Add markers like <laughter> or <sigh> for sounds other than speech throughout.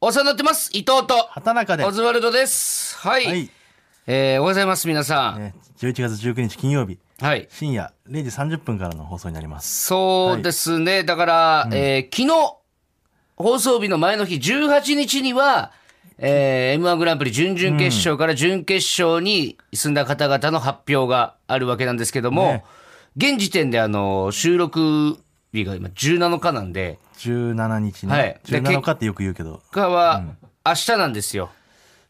お世話になってます。伊藤と、畑中でオ。ズワルドです。はい。はい。えー、おはようございます、皆さん。ね、11月19日金曜日、はい。深夜0時30分からの放送になります。そうですね。だから、えー昨日、放送日の前の日、18日には、えー、M1 グランプリ準々決勝から準決勝に進んだ方々の発表があるわけなんですけども、ね現時点であの、収録日が今17日なんで、 17日ね。はいで17日ってよく言うけど。他は明日なんですよ。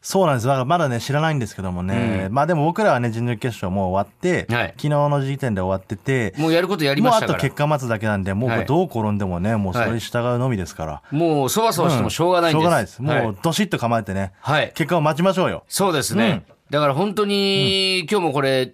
そうなんです。だからまだね、知らないんですけどもね。まあでも僕らはね、準々決勝もう終わって、はい昨日の時点で終わってて、もうやることやりもまうしあたかとら結。果待つだけなんで、もうこはれいどう転んでもね、もうそれに従うのみですから。もうそわそわしてもしょうがないんでしす。ょうがないです。はもうどしっと構えてね、はい。結果を待ちましょうよ。そうですね。だから本当に、今日もこれ、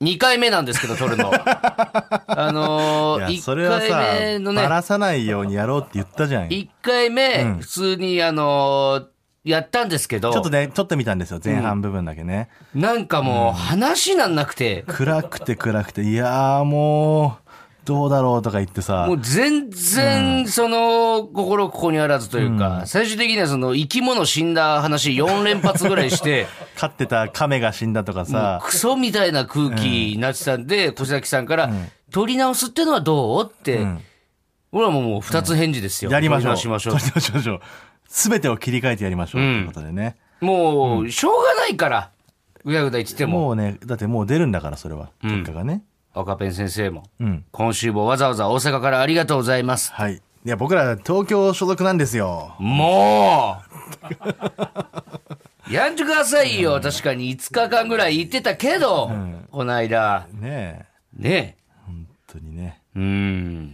2回目なんですけど、撮るの。 <laughs> あのー、いや、それは1さ回目、のばね、らさないようにやろうって言ったじゃん。ち1回目、普通に、あのー、やったんですけど、ょっとね、撮ってみたんですよ、前半部分だけね。なんかもう話になんなくて、暗くて暗くて、いやーもう、どうだろうとか言ってさも、う全然、その、心ここにあらずというか、最終的にはその、生き物死んだ話4連発ぐらい <laughs> して、飼ってた亀が死んだとかさ、クソみたいな空気になってたんで、小崎さんから、撮り直すってのはどうって、俺はもうもう二つ返事ですよ。やりましょう。撮り直し撮り直しましょう。すべてを切り替えてやりましょう。ということでね。もう、しょうがないから、ぐだぐだ言ってても、もうね、だってもう出るんだから、それは。結果がね。赤ペン先生も、ん今週もわざわざ大阪からありがとうございます。はい。いや、僕ら東京所属なんですよ。も <laughs> うやんじゅくださいよ、確かに5日間ぐらい言ってたけど、この間、ねえ。ね本当にね。え。うん。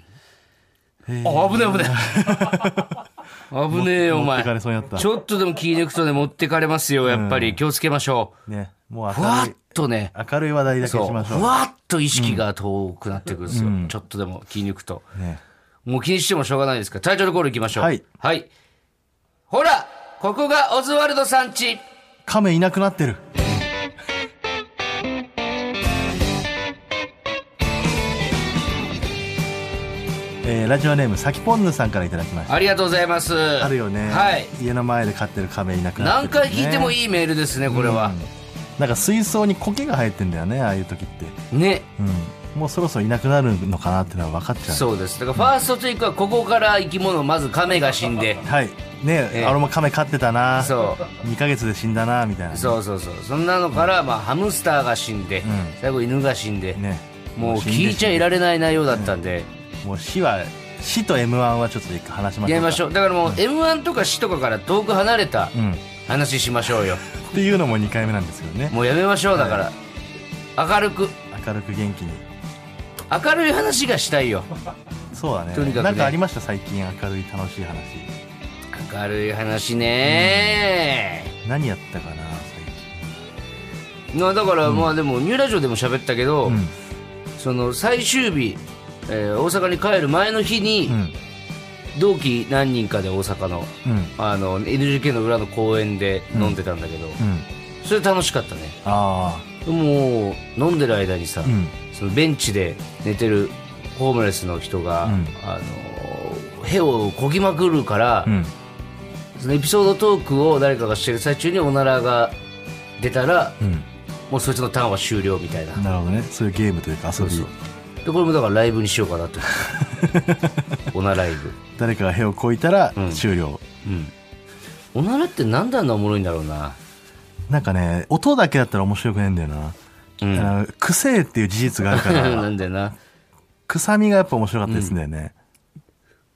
あ、危ねえ危ねえ。 <laughs> 危ねえよ、お持って前か。れそうになったち。ょっとでも気抜くとね、持ってかれますよ、やっぱり。気をつけましょね。もうう。ふわ明っるい、とね、明るい話題だけそう、しましょふう。わっと意識が遠くなってくるんですよ。ちょっとでも気抜くと。ね。もう気にしてもしょうがないですから、タイトルコールいきましょう。はい。ほら、ここがオズワルドさんち。亀いなくなってる。えーラジオネームさきぽんぬさんからいただきましたありがとうございます。ああるよね、はい。家の前で飼ってる亀いなくなって何る、ね、回聞いてもいいいメールですね、これは。なんか水槽に苔が生えてんだよねああいう時って、ね。うん、もうそろそろいなくなるのかなってのは分かっちゃうそうです。だから、ファーストテイクはここから生き物、まず亀が死んで。はいねええ俺も亀飼ってたなそう2ヶ月で死んだなみたいなそうそうそう。そんなのから、まあ、ハムスターが死んで、最後犬が死んで、ねもう死んで聞いちゃいられない内容だったんで、もう死は死と m 1はちょっと一回話しましょうやりましょう、う。だからもう、M1 とか死とかから遠く離れたうん、っ話しましょうよ。ていうのも2回目なんですけどねもうやめましょう、だから。明るく、明るく元気に明るい話がしたいよ。そうだねとにかくねなんかありました最近明るい楽しい話明るい話ね何やったかな最近まあだから、まあでも、ニューラジオでも喋ったけど、うんその、最終日、えー大阪に帰る前の日に、うん同期何人かで大阪の、うんあの、NGK の裏の公園で飲んでたんだけど、うんそれ楽しかったね。あもう、飲んでる間にさ、あうんそのベンチで寝てるホームレスの人が、うんあの、屁をこぎまくるから、うんそのエピソードトークを誰かがしてる最中におならが出たら、うんもうそいつのターンは終了みたいな。なるほどねそういうゲームというか遊びそうで、これもだからライブにしようかなと <laughs> 思って。おなライブ。誰かが屁をこいたらうん終了、うん。おならってなんであんなおもろいんだろうな。なんかね音だけだったら面白くないんだよな、うん。あの癖っていう事実があるかならんだよな。臭みがやっぱ面白かったですんだよね、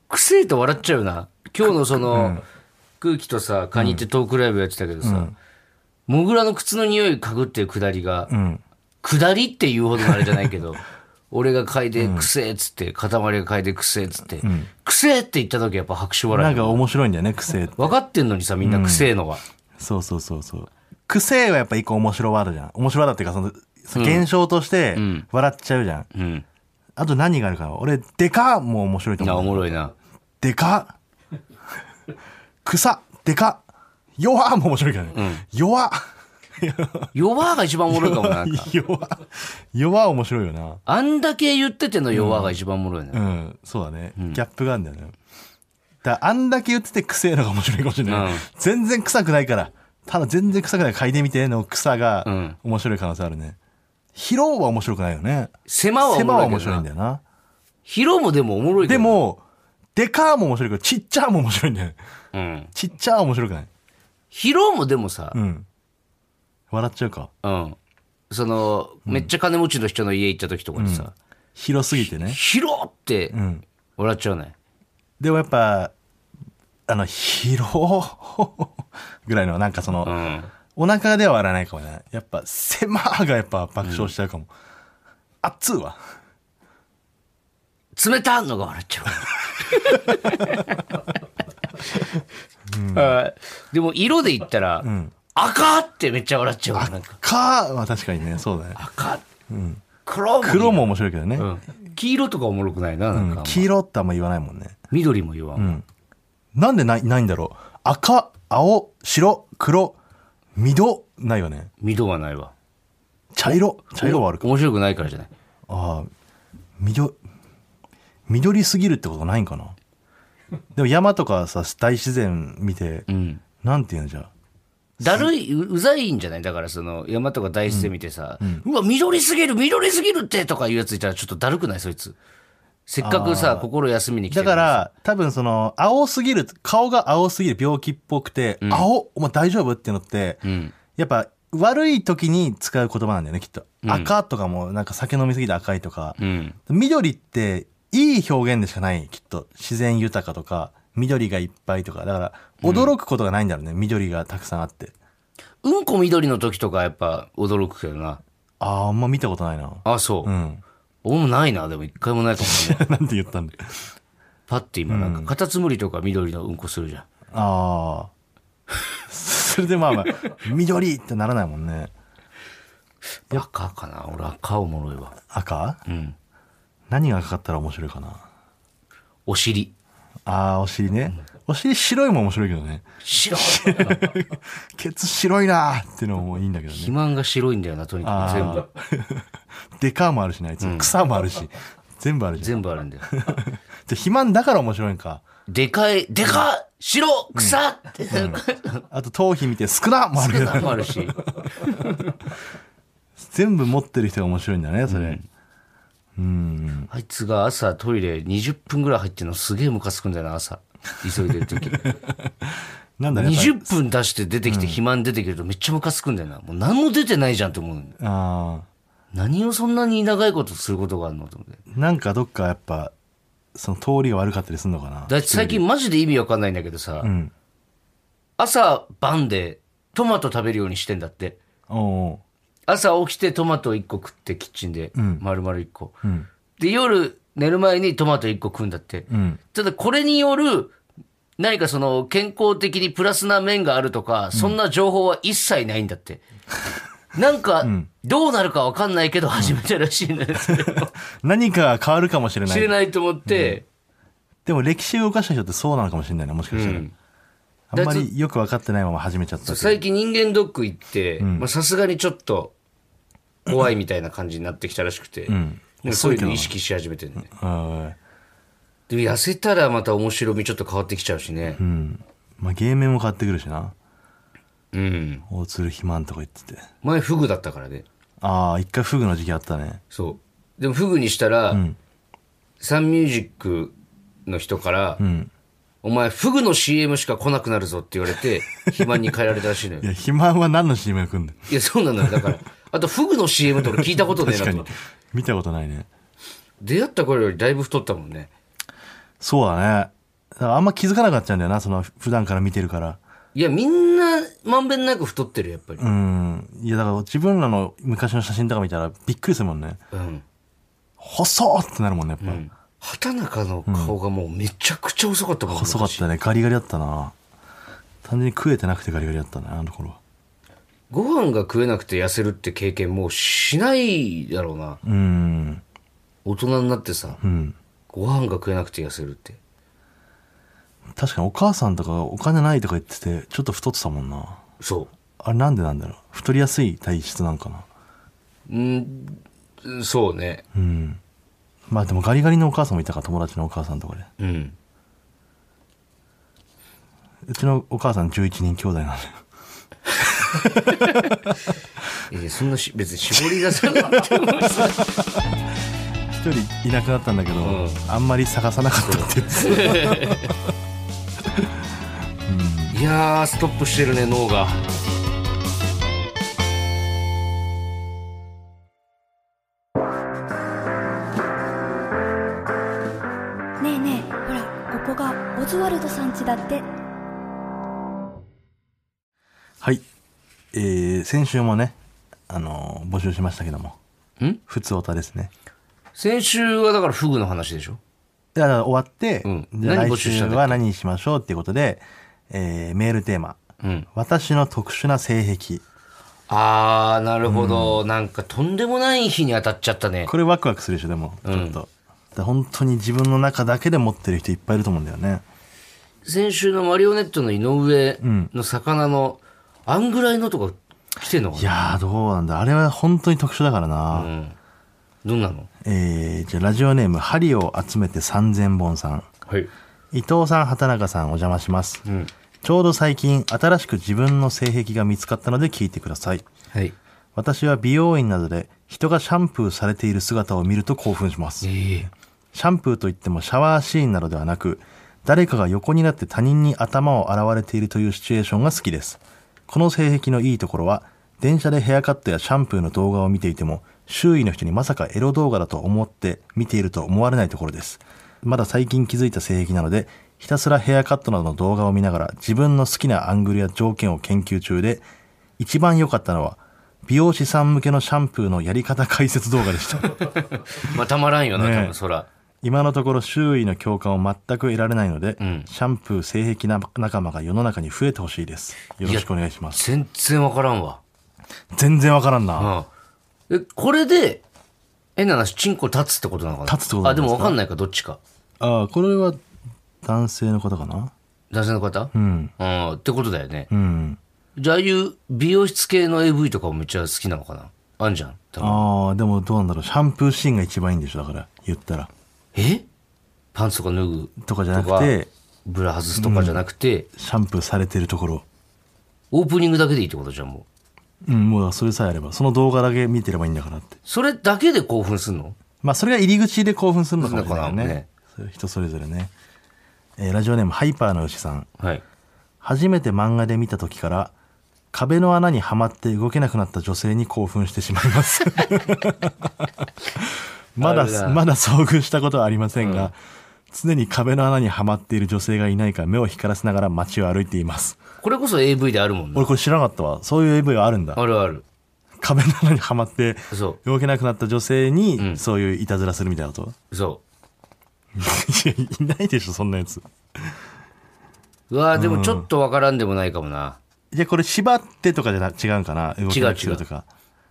くせえと笑っちゃうな。今日のその、空気とさ、カニってトークライブやってたけどさ、モグラの靴の匂い嗅ぐっていうくだりが、んくだりっていうほどのあれじゃないけ <laughs> ど、俺が嗅いでくせえっつって、塊が嗅いでくせえっつって、くせえって言った時やっぱ拍手な笑んい。か面白いんだよね癖分かってんのにさ、みんなくせえのは。そうそうそうそう。癖はやっぱ一個面白ワードじゃん。面白ワードっていうか、その、その現象として、笑っちゃうじゃん。うん。あと何があるかな俺、でかも面白いとな、お思う。もろいな。でか草でか弱も面白いけどね。弱弱が一番おもろいかも <laughs> な。なんか <laughs> 弱弱面白いよな。あんだけ言ってての弱が一番おもろいな。うん、そうだね。ギャップがあるんだよね。だからあんだけ言ってて臭えのが面白いかもしれない。うん全然臭くないから。ただ全然臭くない。嗅いでみての臭がん面白い可能性あるね。疲労は面白くないよね。狭は狭は面面白白いいんだんだよ。よな。広もでもおもろいけでど、も、でかーも面白いけど、ちっちゃーも面白いんだよ。うん。ちっちゃーは面白くない。広もでもさう、ん。笑っちゃうか。うん。その、めっちゃ金持ちの人の家行った時とかにさ、広すぎてね。広ってうん。笑っちゃうね。でもやっぱ、あの、疲労 <laughs> ぐらいの、なんかその、うん。お腹では割らないかもね。やっぱ、狭ーがやっぱ爆笑しちゃうかも。熱、うわ。冷たんのが笑っちゃ <laughs> う。あでも色で言ったら、赤ってめっちゃ笑っちゃうわなんかかーは確かにね、そうだね。赤、黒も黒も面白いけどね。うん黄色とかおもろくないななんか、黄色ってあんま言わないもんね。緑も言わん、なんでない、ないんだろう。赤、青、白、黒、緑、ないよね。緑はないわ茶色、茶色はあるか。面白くないからじゃないああ、緑、緑すぎるってことないんかな。でも山とかさ、大自然見て、うんなんていうのじゃあ。だるいううざいんじゃないだからその山とか大自然見てさ、うわ緑すぎる緑すぎるってとかいうやついたらちょっとだるくないそいつせっかくさ心休みに来てだるのかにら、多分その、青すぎる、顔が青すぎる病気っぽくて、青、お前大丈夫ってのって、んやっぱ、悪い時に使う言葉なんだよね、きっと。赤とかも、なんか酒飲みすぎて赤いとか。うん緑って、いい表現でしかない、きっと。自然豊かとか、緑がいっぱいとか。だから、驚くことがないんだろうね、緑がたくさんあって。うんこ緑の時とかやっぱ驚くけどなあー、あんま見たことないな。あそう、うん。 <laughs> 俺もないなでも一回もないかもしれないなんて言ったんだよ。パッて今なんかカタツムリとか緑のうんこするじゃんああ。 <laughs> それでまあまあ、緑ってならないもんね。赤かな俺赤おもろいわ赤うん何がかかったら面白いかなお尻あーお尻ね、お尻白いも面白いけどね <laughs> 白いケツ白いなーってのもいいんだけど肥ね満が白いんだよなとにかく全部あー <laughs> でかーもあるしなあいつ、草もあるし全部あるじゃ全ん部あるんだよで肥満だから面白いんかでかいでかい白草って、あと頭皮見て少なもあるけど、もあるし全部持ってる人が面白いんだねそれ、あいつが朝トイレ20分ぐらい入ってんのすげえムカつくんだよな朝急いでる <laughs> 時なんだねやっぱり20分出して出てきて肥満出てくるとめっちゃムカつくんだよなもう何も出てないじゃんって思うんだよあ何をそんなに長いことすることがあるのと思ってーなんかどっかやっぱその通りが悪かったりすんのかなだって最近マジで意味わかんないんだけどさ、ん朝晩でトマト食べるようにしてんだっておお朝起きてトマト1個食ってキッチンで丸々1個、ん <laughs> で夜寝る前にトマト1個食うんだって、んただこれによる何かその健康的にプラスな面があるとか、そんな情報は一切ないんだって。なんか、どうなるかわかんないけど始めたらしい <laughs> んだよ。何かが変わるかもしれな知れいないと思って、でも歴史を動かした人ってそうなのかもしれないねもしかしたら、うんあんまりよく分かってないまま始めちゃったっていう最近人間ドック行って、まあさすがにちょっと怖いみたいな感じになってきたらしくて、んでもそういうの意識し始めてるね。うんでも痩せたらまた面白みちょっと変わってきちゃうしね。うんまあ芸名も変わってくるしなうん。大鶴肥満とか言ってて前フグだったからね。ああ一回フグの時期あったねそう。でもフグにしたら、サンミュージックの人から、お前フグの CM しか来なくなるぞって言われ <laughs> て、肥満に変えられたらしいのよい。や肥満は何の CM やくんだよいや、そうなのよ。だから。あと、フグの CM とか聞いたことねえ <laughs> 確なかと思にって。見たことないね出会った頃よりだいぶ太ったもんね。そうだねだからあんま気づかなくなっちゃうんだよなその普段から見てるからいや、みんな、まんべんなく太ってる、やっぱり。うんいやだから自分らの昔の写真とか見たらびっくりするもんねうん。細っってなるもんねやっぱ、畑中の顔がもうめちゃくちゃ細かったもん、細かったねガリガリだったな単純に食えてなくてガリガリだったねあの頃はご飯が食えなくて痩せるって経験もうしないだろうな。うん大人になってさ、うんご飯が食えなくて痩せるって。確かにお母さんとかお金ないとか言っててちょっと太ってたもんなそあれなんでなんだろう太りやすい体質なんかなう。うん、そうね。まあでもガリガリのお母さんもいたから友達のお母さんとかでうん。うちのお母さん11人兄弟なんで。いやそんなし別に絞り出さなく <laughs> ても一人いなくなったんだけど、んあんまり探さなかったって言っていやーストップしてるね脳がねえねえほらここがオズワルドさん家だってはい。えー、先週もね、あのー募集しましたけども。ん普通おたですね。先週はだからフグの話でしょだから終わって、うんじゃあ何募来集した週んだっけは何にしましょうっていうことで、えーメールテーマ。うん私の特殊な性癖。あーなるほど、なんかとんでもない日に当たっちゃったねこれワクワクするでしょ、でも。ちょっと。で本当に自分の中だけで持ってる人いっぱいいると思うんだよね。先週のマリオネットの井上の魚の、あんぐらいのとか来てんのかいなやー、どうなんだ。あれは本当に特殊だからな。どんなのえー、じゃあラジオネーム、針を集めて3000本さん。はい伊藤さん、畑中さん、お邪魔します。ちょうど最近、新しく自分の性癖が見つかったので聞いてください。はい私は美容院などで人がシャンプーされている姿を見ると興奮します。えシャンプーといってもシャワーシーンなどではなく、誰かが横になって他人に頭を洗われているというシチュエーションが好きです。この性癖のいいところは、電車でヘアカットやシャンプーの動画を見ていても、周囲の人にまさかエロ動画だと思って見ていると思われないところです。まだ最近気づいた性癖なので、ひたすらヘアカットなどの動画を見ながら自分の好きなアングルや条件を研究中で、一番良かったのは、美容師さん向けのシャンプーのやり方解説動画でした。まあたまらんよな、ねえ多分そら今のところ周囲の共感を全く得られないので、んシャンプー性癖な仲間が世の中に増えてほしいですよろしくお願いします全然わからんわ全然わからんな、うんえこれで変な話チンコ立つってことなのかな立つってことなんあでですかもわかんないかどっちかああこれは男性の方かな男性の方う、うんんってことだよね、うんじゃあああいう美容室系の AV とかもめっちゃ好きなのかなあんじゃん多分ああでもどうなんだろうシャンプーシーンが一番いいんでしょだから言ったらえパンツとか脱ぐとかじゃなくてブラ外すとかじゃなくて、シャンプーされてるところオープニングだけでいいってことじゃんもううんもうそれさえあればその動画だけ見てればいいんだからってそれだけで興奮するのまあそれが入り口で興奮するのかもしれないそうだねからねそれ人それぞれね、えーラジオネームハイパーの牛さんはい初めて漫画で見た時から壁の穴にはまって動けなくなった女性に興奮してしまいます <laughs> まあるなだまだ遭遇したことはありませんが、常に壁の穴にはまっている女性がいないか目を光らせながら街を歩いていますこれこそ AV であるもんね俺これ知らなかったわそういう AV はあるんだあるある壁の穴にはまってそ動けなくなった女性うんにそういういたずらするみたいなこと、 <laughs> うそいやいないでしょそんなやつううわーでもちょっとわからんでもないかもなじゃこれ縛ってとかじゃな違うんかな動けなくするとか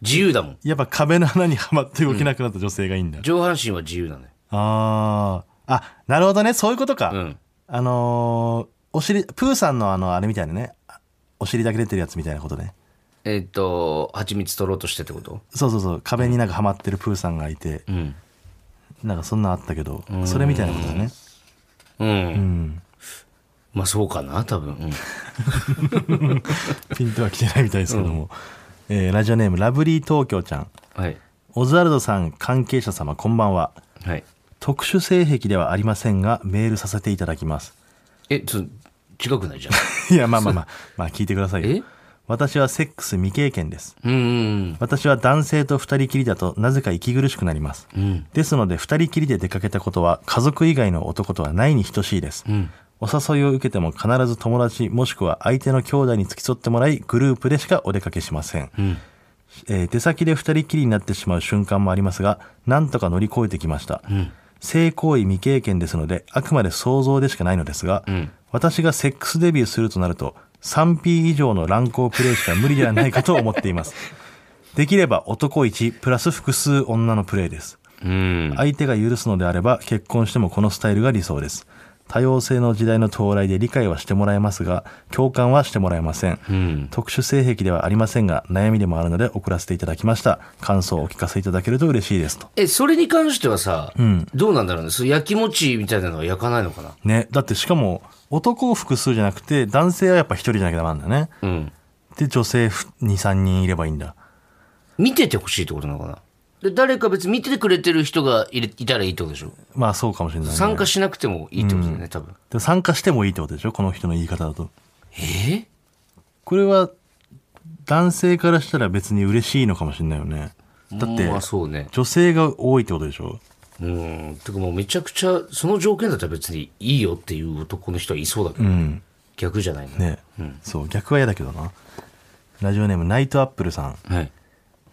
自由だもんやっぱ壁の穴にはまって動けなくなった女性がいいんだ、上半身は自由なのよああ。あ、なるほどね。そういうことか。うんあのーお尻、プーさんのあの、あれみたいなね。あお尻だけ出てるやつみたいなことね。えっと蜂蜜取ろうとしてってことそうそうそう。壁になんかハマってるプーさんがいて、うんなんかそんなあったけど、それみたいなことだね。うん、うん。まあそうかな多分、うん、ピントは来てないみたいですけども。えーラジオネーム、ラブリー東京ちゃん。 <laughs> はいオズワルドさん関係者様、こんばんは。はい特殊性癖ではありませんが、メールさせていただきます。えちょ違くないじゃん <laughs> いや、まあまあまあ、まあ聞いてくださいえよ。私はセックス未経験です。 <laughs> うんうん私は男性と二人きりだとなぜか息苦しくなります。うんですので二人きりで出かけたことは家族以外の男とはないに等しいです。お誘いを受けても必ず友達もしくは相手の兄弟に付き添ってもらいグループでしかお出かけしません。んえー出先で二人きりになってしまう瞬間もありますが、なんとか乗り越えてきました。性行為未経験ですので、あくまで想像でしかないのですが、私がセックスデビューするとなると、3P 以上の乱行プレイしか無理ではないかと思ってい <laughs> ます。できれば男1プラス複数女のプレイです。うん相手が許すのであれば結婚してもこのスタイルが理想です。多様性の時代の到来で理解はしてもらえますが、共感はしてもらえません。特殊性癖ではありませんが、悩みでもあるので送らせていただきました。感想をお聞かせいただけると嬉しいですと。え、それに関してはさ、どうなんだろうね。そう焼き餅みたいなのは焼かないのかな。ね、だってしかも、男を複数じゃなくて、男性はやっぱ一人じゃなきゃダメなんだよね。うん。で、女性ふ2、3人いればいいんだ。見ててほしいってことなのかな。で誰か別に見ててくれてる人がいれいたらいいってことでしょ。まあそうかもしれない、ね。参加しなくてもいいってことだよね、多分。でも参加してもいいってことでしょこの人の言い方だと。えこれは、男性からしたら別に嬉しいのかもしれないよね。だってまあ、そうね。女性が多いってことでしょうん。てかもうめちゃくちゃ、その条件だったら別にいいよっていう男の人はいそうだけど、うん。逆じゃないの。ね、そう、逆は嫌だけどな。ラジオネーム、ナイトアップルさん。はい。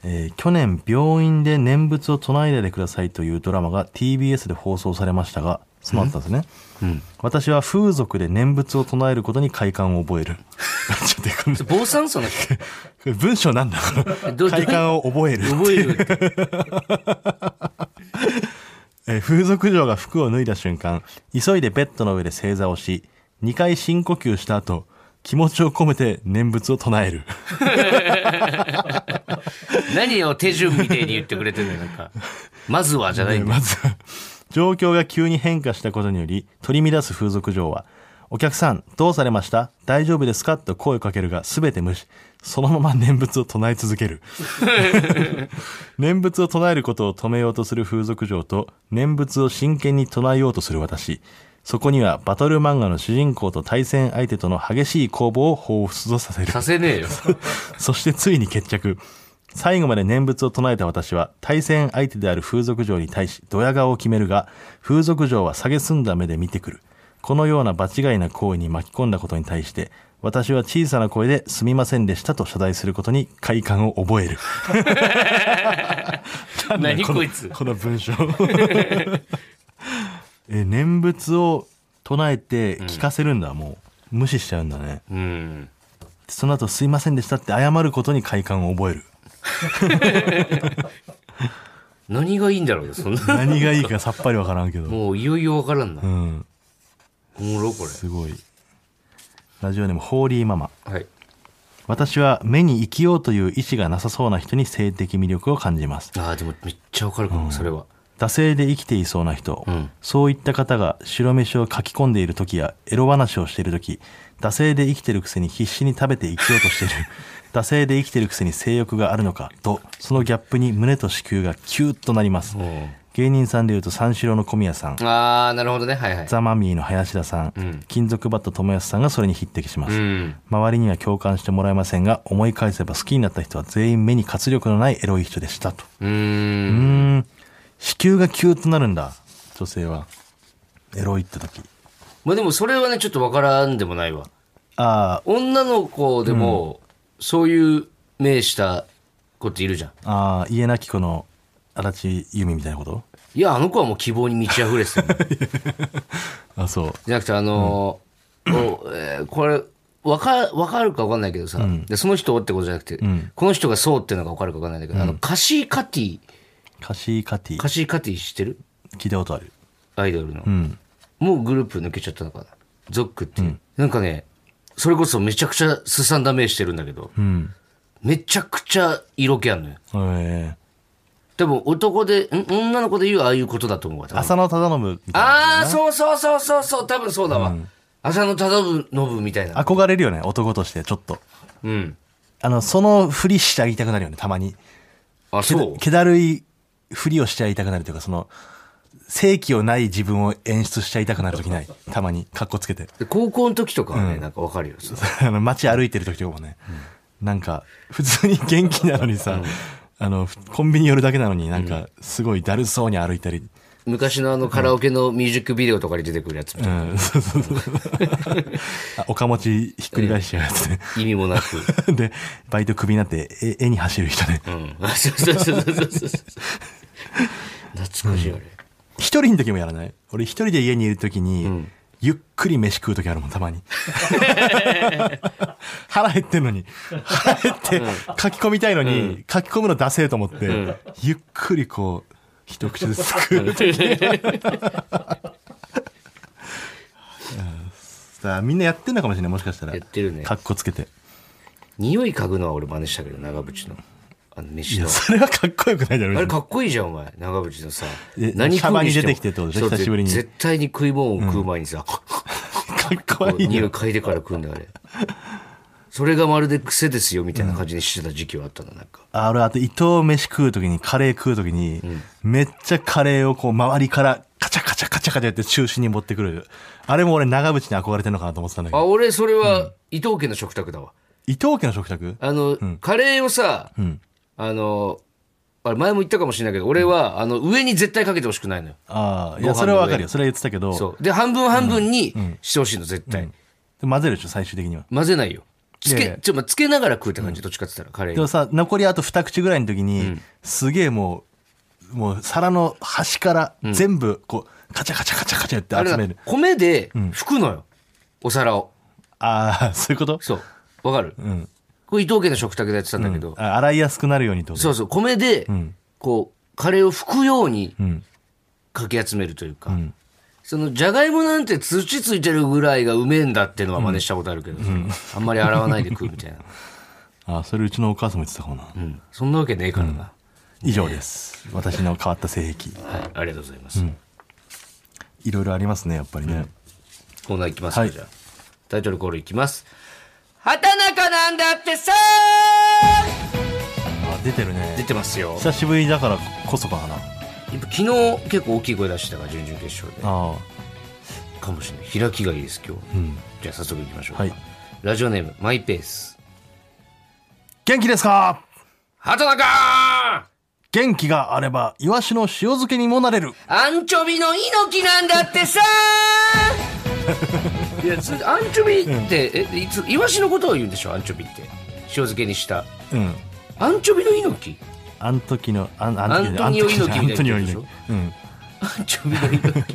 えー去年、病院で念仏を唱えないでくださいというドラマが TBS で放送されましたが、そうだったんですね。うん。私は風俗で念仏を唱えることに快感 <laughs> を覚える。ちょっとこそれ防散その人れ文章なんだ <laughs> どう快感を覚える。覚えるって。えー風俗嬢が服を脱いだ瞬間、急いでベッドの上で正座をし、2回深呼吸した後、気持ちを込めて念仏を唱える。何を手順みたいに言ってくれてるのよなん <laughs> か。まずはじゃないんだよ。まず、状況が急に変化したことにより、取り乱す風俗嬢は、お客さん、どうされました大丈夫ですかと声をかけるが、すべて無視。そのまま念仏を唱え続ける。 <laughs> 念仏を唱えることを止めようとする風俗嬢と、念仏を真剣に唱えようとする私。そこには、バトル漫画の主人公と対戦相手との激しい攻防を彷彿とさせる。させねえよ。 <laughs> そしてついに決着。最後まで念仏を唱えた私は、対戦相手である風俗嬢に対し、ドヤ顔を決めるが、風俗嬢は下げすんだ目で見てくる。このような場違いな行為に巻き込んだことに対して、私は小さな声で、すみませんでしたと謝罪することに快感を覚える。 <laughs> 何こい <laughs> つこの文章。え、念仏を唱えて聞かせるんだ、もう。無視しちゃうんだね。うん。その後、すいませんでしたって謝ることに快感 <laughs> を覚える。何がいいんだろうね、そんな。何がいいかさっぱりわからんけど。もういよいよわからんなう。ん。おもろ、こすごい。ラジオネーム、ホーリーママ。れ。はい。私は目に生きようという意志がなさそうな人に性的魅力を感じます。ああ、でもめっちゃわかるかも、それは。惰性で生きていそうな人、うんそういった方が白飯を書き込んでいる時やエロ話をしている時惰性で生きてるくせに必死に食べて生きよう <laughs> としている惰性で生きてるくせに性欲があるのかとそのギャップに胸と子宮がキューッとなります、ん芸人さんでいうと三四郎の小宮さんああ、なるほどね。はいはい。ザ・マミーの林田さん、金属バット友康さんがそれに匹敵します、うん。周りには共感してもらえませんが思い返せば好きになった人は全員目に活力のないエロい人でしたとううーん。ん子宮がキューとなるんだ女性はエロいって時まあでもそれはね、ちょっとわからんでもないわ。あ女の子でも、そういう目した子っているじゃん。ーあー家なき子の足立由美みたいなこといや、あの子はもう希望に満ち溢れ <laughs> てたよ。あそうじゃなくて、あのーおえーこれ、わか、わかるかわかんないけどさ、でその人をってことじゃなくて、この人がそうっていうのがわかるかわかんないんだけど、あの、カシーカティ、カシーカティカシーカティ知ってる聞いたことあるアイドルの。うんもうグループ抜けちゃったのかな。ゾックっていう。なんかね、それこそめちゃくちゃすさんだ目してるんだけど、うんめちゃくちゃ色気あるのよ。えー、多分男で、ん女の子で言うああいうことだと思うわ。多分浅野忠信みたいなああ、そうそうそうそうそう、多分そうだわ。浅野忠信みたいな。憧れるよね男としてちょっとうん。あのそのふりしてあげたくなるよねたまにあ、けそうだ。けだるいふりをしちゃいたくなるというかその正気をない自分を演出しちゃいたくなる時ないたまにかっこつけて <laughs> で高校の時とかはね、なんかわかるよ。そのあの街歩いてる時とかもね、なんか普通に元気なのにさ、あのふコンビニ寄るだけなのになんかすごいだるそうに歩いたり、昔のあのカラオケのミュージックビデオとかに出てくるやつみうたいん、そうそうそうあおかもちひっくり返しちゃうやつね、な。意味もなく。でバイトクビになってえ絵に走る人ねうん。あそうそうそうそうそうそう。懐かしい、あれ。一人の時もやらない俺一人で家にいる時に、ゆっくり飯食う時あるもんた <laughs> まに腹減ってんのに腹減って書き込みたいのに、書き込むの出せえと思って、ゆっく <laughs> り <laughs> こう一口ずつ食う懐さあみんなやってんのかもしれないもしかしたらやってるねかっこつけて匂い嗅ぐのは俺真似したけど、長渕の。あの、飯の。それはかっこよくないだろあ別れにかっこいいじゃん、お前。長渕のさ。え食うもシャバに出てきてってことでしょそう久しぶりにぜ絶対に食い物を食う前にさ、<laughs> かっこいい匂いね嗅いでから食うんだよあれ。それがまるで癖ですよ、みたいな感じにしてた時期はあったな、なんか。あ俺あと伊藤飯食う時にカレー食う時に、めっちゃカレーをこう周りからカチャカチャカチャカチャやって中心に持ってくるあれも俺長渕に憧れてるのかなと思ってたんだけあ、ど俺、それは伊藤家の食卓だわ。伊藤家の食卓あの、カレーをさ、んあの、あれ前も言ったかもしれないけど、俺は、あの、上に絶対かけてほしくないのよ。ああいごや飯それはわかのる上よそれは言ってたけどそう。で、半分半分にしてほしいの、絶対。で混ぜるでしょ最終的には混ぜないよ。ついやいけや、ちょ、まあ、つけながら食うって感じ、どっちかって言ったら、カレーでにも。さ残りあと二口ぐらいの時に、すげえもうもう皿の端から全部こうカチャカチャカチャカチャあやってれ集だめる米で拭くのよ、お皿をああそういうことそうわかる、これ伊藤家の食卓でやってたんだけど、あ洗いやすくなるようにってことそうそう米でこうカレーを拭くようにかき集めるというか、そのじゃがいもなんて土ついてるぐらいがうめえんだってのは真似したことあるけど、あんまり洗わないで食うみ <laughs> たいな、ああそれうちのお母さんも言ってたかもな、うん、そんなわけねえからな、以上です私の変わった性癖はい、ありがとうございます、いろいろありますねやっぱりね、コーナーいきますか、はいじゃあタイトルコールいきます畑中なんだってさあ出てる出ねてますよ久しぶりだからこそかなやっぱ昨日結構大きい声出してたから準々決勝であかもしれない開きがいいです今日、じゃあ早速いきましょうか、はいラジオネームマイペース元気ですか畑中元気があればイワシの塩漬けにもなれるアンチョビの猪木なんだってさ <laughs> いやそれアンチョビって、えいつイワシのことを言うんでしょアンチョビって塩漬けにしたうんアンチョビの猪木あん時のあんあアントニオ猪木アントニオみたいなやつでしょ猪木うんアンチョビの猪木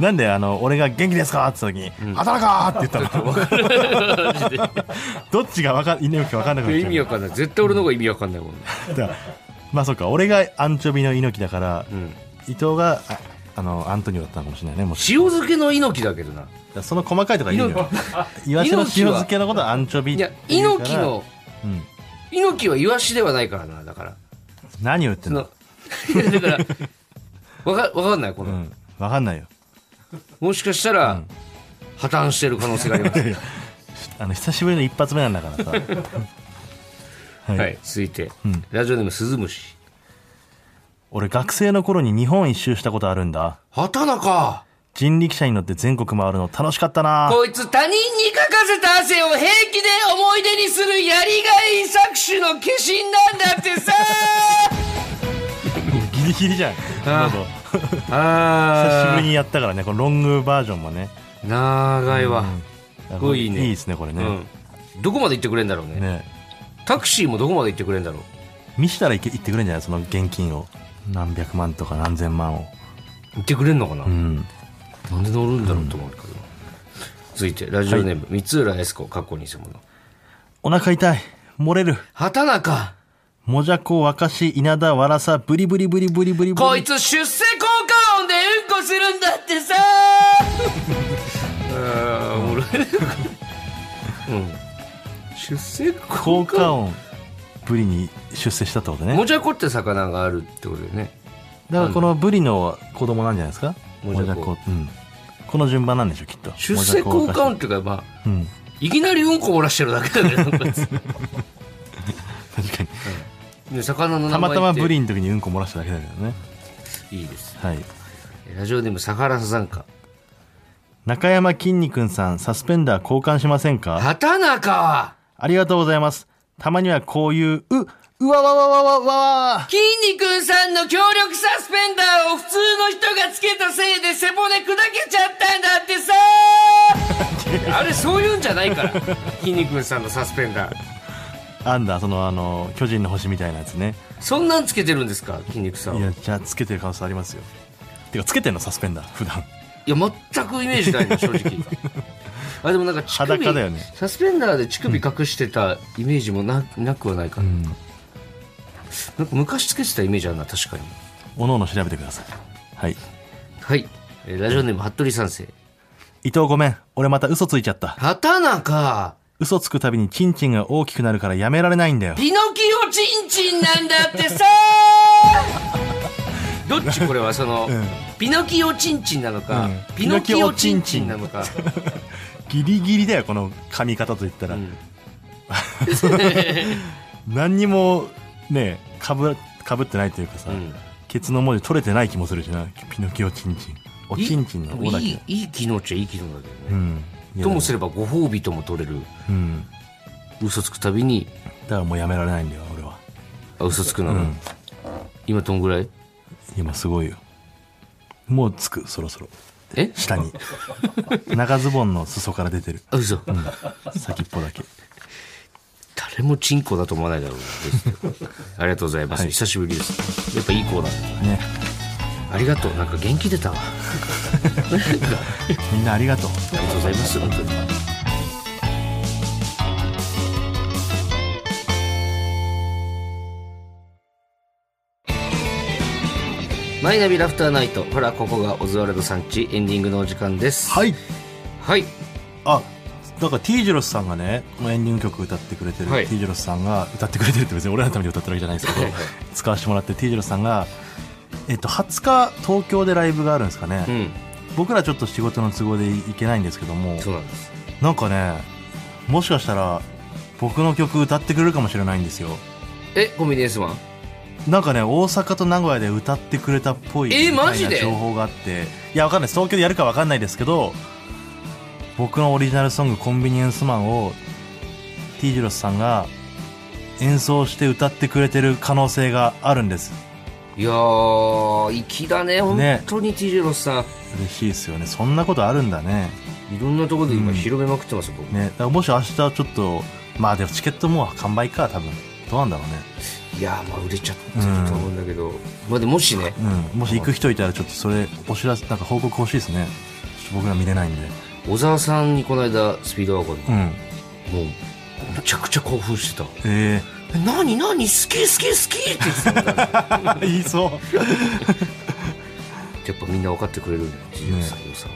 なんであの俺が元気ですかって言った時に、働かーって言 <laughs> ったの。 <laughs> どっちがわかん意味わかんなくなっ <laughs> 意ちゃう味わかんない絶対俺の方が意味わかんないもん、ね、だからまあそうか、俺がアンチョビの猪木だから、ん伊藤がああのアントニオだったのかもしれないね。もし塩漬けの猪木だけどなだからその細かいとかいいのよ。イワシの塩漬けのことはアンチョビっいてや言うから猪木の、ん猪木はイワシではないからなだから何を言ってそんのの <laughs> いやだからわかわかんないこうの、ん、わかんないよ。もしかしたら、破綻してる可能性があります、あの久しぶりの一発目なんだから <laughs> さ。はいはい、続いて、ラジオネームスズムシ俺学生の頃に日本一周したことあるんだ。畑中人力車に乗って全国回るの楽しかったな。こいつ他人にかかせた汗を平気で思い出にするやりがい搾取の化身なんだって <laughs> さギリギリじゃん。あーどうぞ久しあぶりにやったからね、このロングバージョンもね。り長いわ、すごいいいねいいですね、これうねん。どこまで行ってくれんだろうねねタクシーもどこまで行ってくれんだろう見したらいけ言ってくれんじゃないその現金を。何百万とか何千万を。行ってくれんのかな、うん。なんで乗るんだろうと思うけど、続いてラジオネーム、三浦悦子かっこ偽物お腹痛い。漏れる。畑中もじゃこ、わかし、稲田、わらさ、ブリブリブリブリブリブリ。こいつ出世効果音でうんこするんだってさあーおもろいうん出世効効果果音音。ブリに出世したってことね。もじゃこって魚があるってことだよねだからこのブリの子供なんじゃないですかももじじゃゃここ。うん。この順番なんでしょう、きっと。出世効果も音っていうかまあじゃこわかし <laughs> うん。いきなりうんこ漏らしてるだけだ <laughs> ねなんか確かに。ね魚の名た前まってたまブリの時にうんこ漏らしただけだけどね。いいですはい。ラジオネームサハラサさんか中山きんに君さん、サスペンダー交換しませんか畑中ありがとうございます。たまにはこういう、う、うわわわわわわわ筋肉さんの強力サスペンダーを普通の人がつけたせいで背骨砕けちゃったんだってさあれそういうんじゃないから筋肉さんのサスペンダーあんだ、そのあの、巨人の星みたいなやつね。そんなんつけてるんですか筋肉さんいはや、いじゃあつけてる可能性ありますよ。てか、つけてんのサスペンダー、普段。や全くイメージないの正 <laughs> 直あでもなんか乳首裸だよねサスペンダーで乳首隠してたイメージもななくはないから、なんか昔つけてたイメージあるな確かにおのおの調べてください。はい。はいえーラジオネーム服部三世伊藤ごめん。俺また嘘ついちゃった。畑中、嘘つくたびにチンチンが大きくなるからやめられないんだよ。ピノキオチンチンなんだってさ <laughs> どっちこれはその、んピノキオチンチンなのか、うんピノキオチンチンなのか。ギリギリだよ、この噛み方といったら。 <laughs> 何にも、ね、かぶ、かぶってないというかさ、うんケツの文字取れてない気もするしな。ピノキオチンチン。おちんちんのいおだけい。いい機能っちゃいい機能だけどうね、ん。いやともすればご褒美とも取れるうん。嘘つくたびにだからもうやめられないんだよ、俺は。あ嘘つくなの、うん今どんぐらい今すごいよ。もうつく、そろそろ。え <laughs> 下に。長ズボンの裾から出てる。あ嘘、先っぽだけ。誰もチンコだと思わないだろうなありがとうございます、はい久しぶりですやっぱいい子だね。ありがとうなんか元気出たわなんかみんなありがとう。ありがとうございます本当にマイナビラフターナイトほらここがオズワルドさんちエンディングのお時間ですい、はい。はい、あ、だから T ジロスさんがね、このエンディング曲歌ってくれてる、はい T ジロスさんが歌ってくれてるって別に俺らのために歌ってるわけじゃないですけど、使わせてもらってる T ジロスさんが、えっと、20日東京でライブがあるんですかね、うん僕らちょっと仕事の都合で行けないんですけどもそうなんですなんかねもしかしたら僕の曲歌ってくれるかもしれないんですよえコンビニエンスマンなんかね大阪と名古屋で歌ってくれたっぽいえーみたいなマジで情報があっていやわかんないです東京でやるかわかんないですけど僕のオリジナルソング「コンビニエンスマン」を T ジロスさんが演奏して歌ってくれてる可能性があるんですいやー粋だね本ね当に TJ ロスさん、嬉しいですよねそんなことあるんだねいろんなところで今広めまくってますよ、僕ねだからもし明日ちょっとまあでもチケットもう完売か多分どうなんだろうねいやーまあ売れちゃってると思うんだけど、まあでもしねうん、もし行く人いたらちょっとそれお知らせなんか報告欲しいですねちょっと僕ら見れないんで小沢さんにこの間スピードワゴンうんもうめちゃくちゃ興奮してたえ「え何何好き好き好き」って言ってたもんだからえ <laughs> 言いそうやっぱみんな分かってくれるんだよ自由さん良さは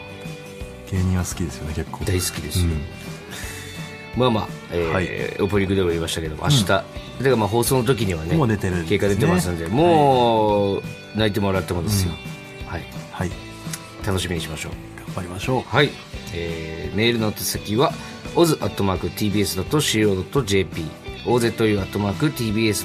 芸人は好きですよね結構大好きですよ、うんまあまあ、えーはいオープニングでも言いましたけども明日、だからまあ放送の時にはねもう出てるんですね経過出てますんでもう泣いてもらってもですよ、はいはい楽しみにしましょう頑張りましょはい、えーメールの手先は oz.tbs.co.jp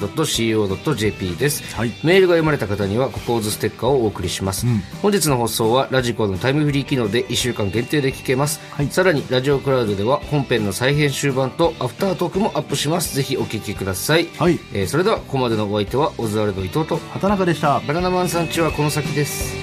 ozu.tbs.co.jp です、はいメールが読まれた方にはココーズステッカーをお送りします、うん本日の放送はラジコのタイムフリー機能で1週間限定で聞けます、はいさらにラジオクラウドでは本編の再編集版とアフタートークもアップしますぜひお聞きください、うはいえーそれではここまでのお相手はオズワルド伊藤と畑中でしたバナナマンさんちはこの先です